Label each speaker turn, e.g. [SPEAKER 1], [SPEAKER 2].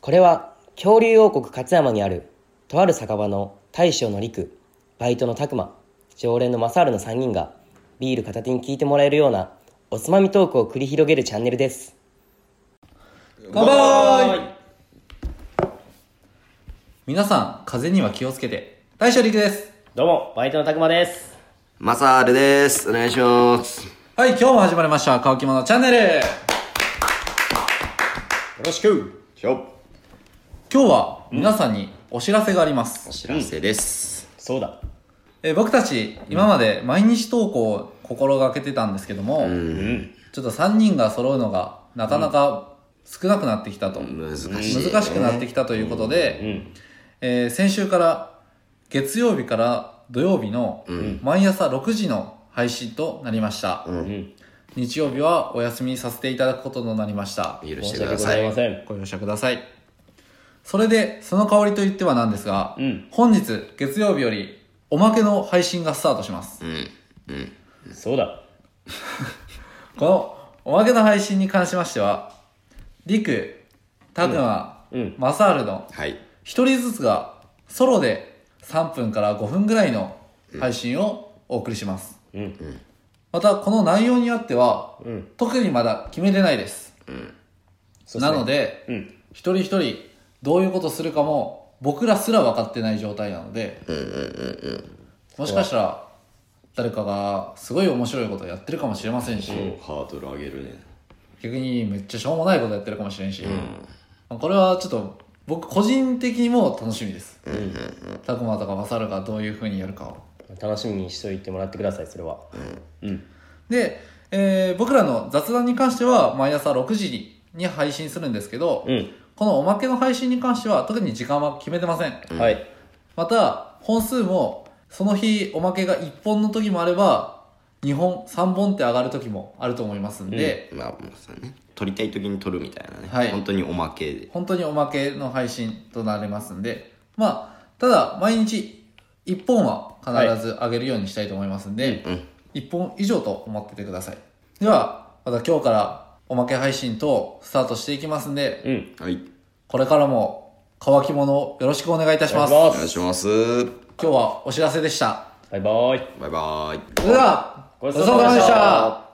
[SPEAKER 1] これは恐竜王国勝山にあるとある酒場の大将の陸バイトの拓磨常連のマサールの3人がビール片手に聞いてもらえるようなおつまみトークを繰り広げるチャンネルです
[SPEAKER 2] 乾杯皆さん、風邪には気をつけて。大将陸です。
[SPEAKER 3] どうも、バイトのたくまです。
[SPEAKER 4] マサールです。お願いします。
[SPEAKER 2] はい、今日も始まりました。乾き物チャンネル。
[SPEAKER 3] よろしく。
[SPEAKER 4] しょ。
[SPEAKER 2] 今日は皆さんにお知らせがあります
[SPEAKER 4] お。知らせです。
[SPEAKER 3] そうだ。
[SPEAKER 2] えー僕たち、今まで毎日投稿を心がけてたんですけども、
[SPEAKER 3] うん。
[SPEAKER 2] ちょっと3人が揃うのがなかなか少なくなってきたと。
[SPEAKER 4] 難しい、
[SPEAKER 2] 難しくなってきたということ
[SPEAKER 3] う
[SPEAKER 2] で、
[SPEAKER 3] ん。
[SPEAKER 2] えー先週から月曜日から土曜日の毎朝6時の配信となりました。
[SPEAKER 3] うん。
[SPEAKER 2] 日曜日はお休みさせていただくこととなりました
[SPEAKER 4] 許
[SPEAKER 3] 申
[SPEAKER 4] し
[SPEAKER 3] し
[SPEAKER 4] てく
[SPEAKER 3] 訳
[SPEAKER 4] だ
[SPEAKER 3] ご
[SPEAKER 4] さ
[SPEAKER 3] ざい
[SPEAKER 4] い。
[SPEAKER 3] ません。
[SPEAKER 2] ご容赦くださいそれでその代わりと言ってはなんですが、
[SPEAKER 3] うん
[SPEAKER 2] 本日月曜日よりおまけの配信がスタートします、
[SPEAKER 3] そうだ。
[SPEAKER 2] このおまけの配信に関しましてはりくたくま、
[SPEAKER 3] うんうん
[SPEAKER 2] まさるの
[SPEAKER 4] はい。
[SPEAKER 2] 一人ずつがソロで3分から5分ぐらいの配信をお送りします、
[SPEAKER 3] うん。
[SPEAKER 2] またこの内容にあっては、
[SPEAKER 3] ん
[SPEAKER 2] 特にまだ決めてないです
[SPEAKER 3] そうっすね
[SPEAKER 2] なので、
[SPEAKER 3] うん。
[SPEAKER 2] 一人一人どういうことするかも僕らすら分かってない状態なので、もしかしたら誰かがすごい面白いことやってるかもしれませんし、
[SPEAKER 4] ハードル上げるね。
[SPEAKER 2] 逆にめっちゃしょうもないことやってるかもしれんし、まあこれはちょっと僕個人的にも楽しみです、たくまとかまさるがどういうふうにやるかを
[SPEAKER 3] 楽しみにしといてもらってください、それは。うん。
[SPEAKER 2] で、えー僕らの雑談に関しては毎朝6時にに配信するんですけど、
[SPEAKER 3] うん。
[SPEAKER 2] このおまけの配信に関しては特に時間は決めてません、
[SPEAKER 3] はい。
[SPEAKER 2] また本数もその日おまけが1本の時もあれば2本3本って上がる時もあると思いますんで、
[SPEAKER 4] まあ、もうさね。撮りたい時に撮るみたいなね。
[SPEAKER 2] はい
[SPEAKER 4] 本当におまけで。
[SPEAKER 2] 本当におまけの配信となりますんでまあただ毎日1本は必ず上げるようにしたいと思いますんで、
[SPEAKER 4] うん
[SPEAKER 2] 1本以上と思っててくださいではまた今日からおまけ配信とスタートしていきますんで、
[SPEAKER 3] うん。
[SPEAKER 4] はい。
[SPEAKER 2] これからも乾き物をよろしくお願いいたします
[SPEAKER 3] お願い
[SPEAKER 4] お
[SPEAKER 3] し
[SPEAKER 4] 願
[SPEAKER 3] ま
[SPEAKER 4] い
[SPEAKER 3] す
[SPEAKER 4] します。
[SPEAKER 2] 今日はお知らせでした
[SPEAKER 3] バイバイ。
[SPEAKER 4] バイバイ。
[SPEAKER 2] それでは
[SPEAKER 3] ごちそうさまでした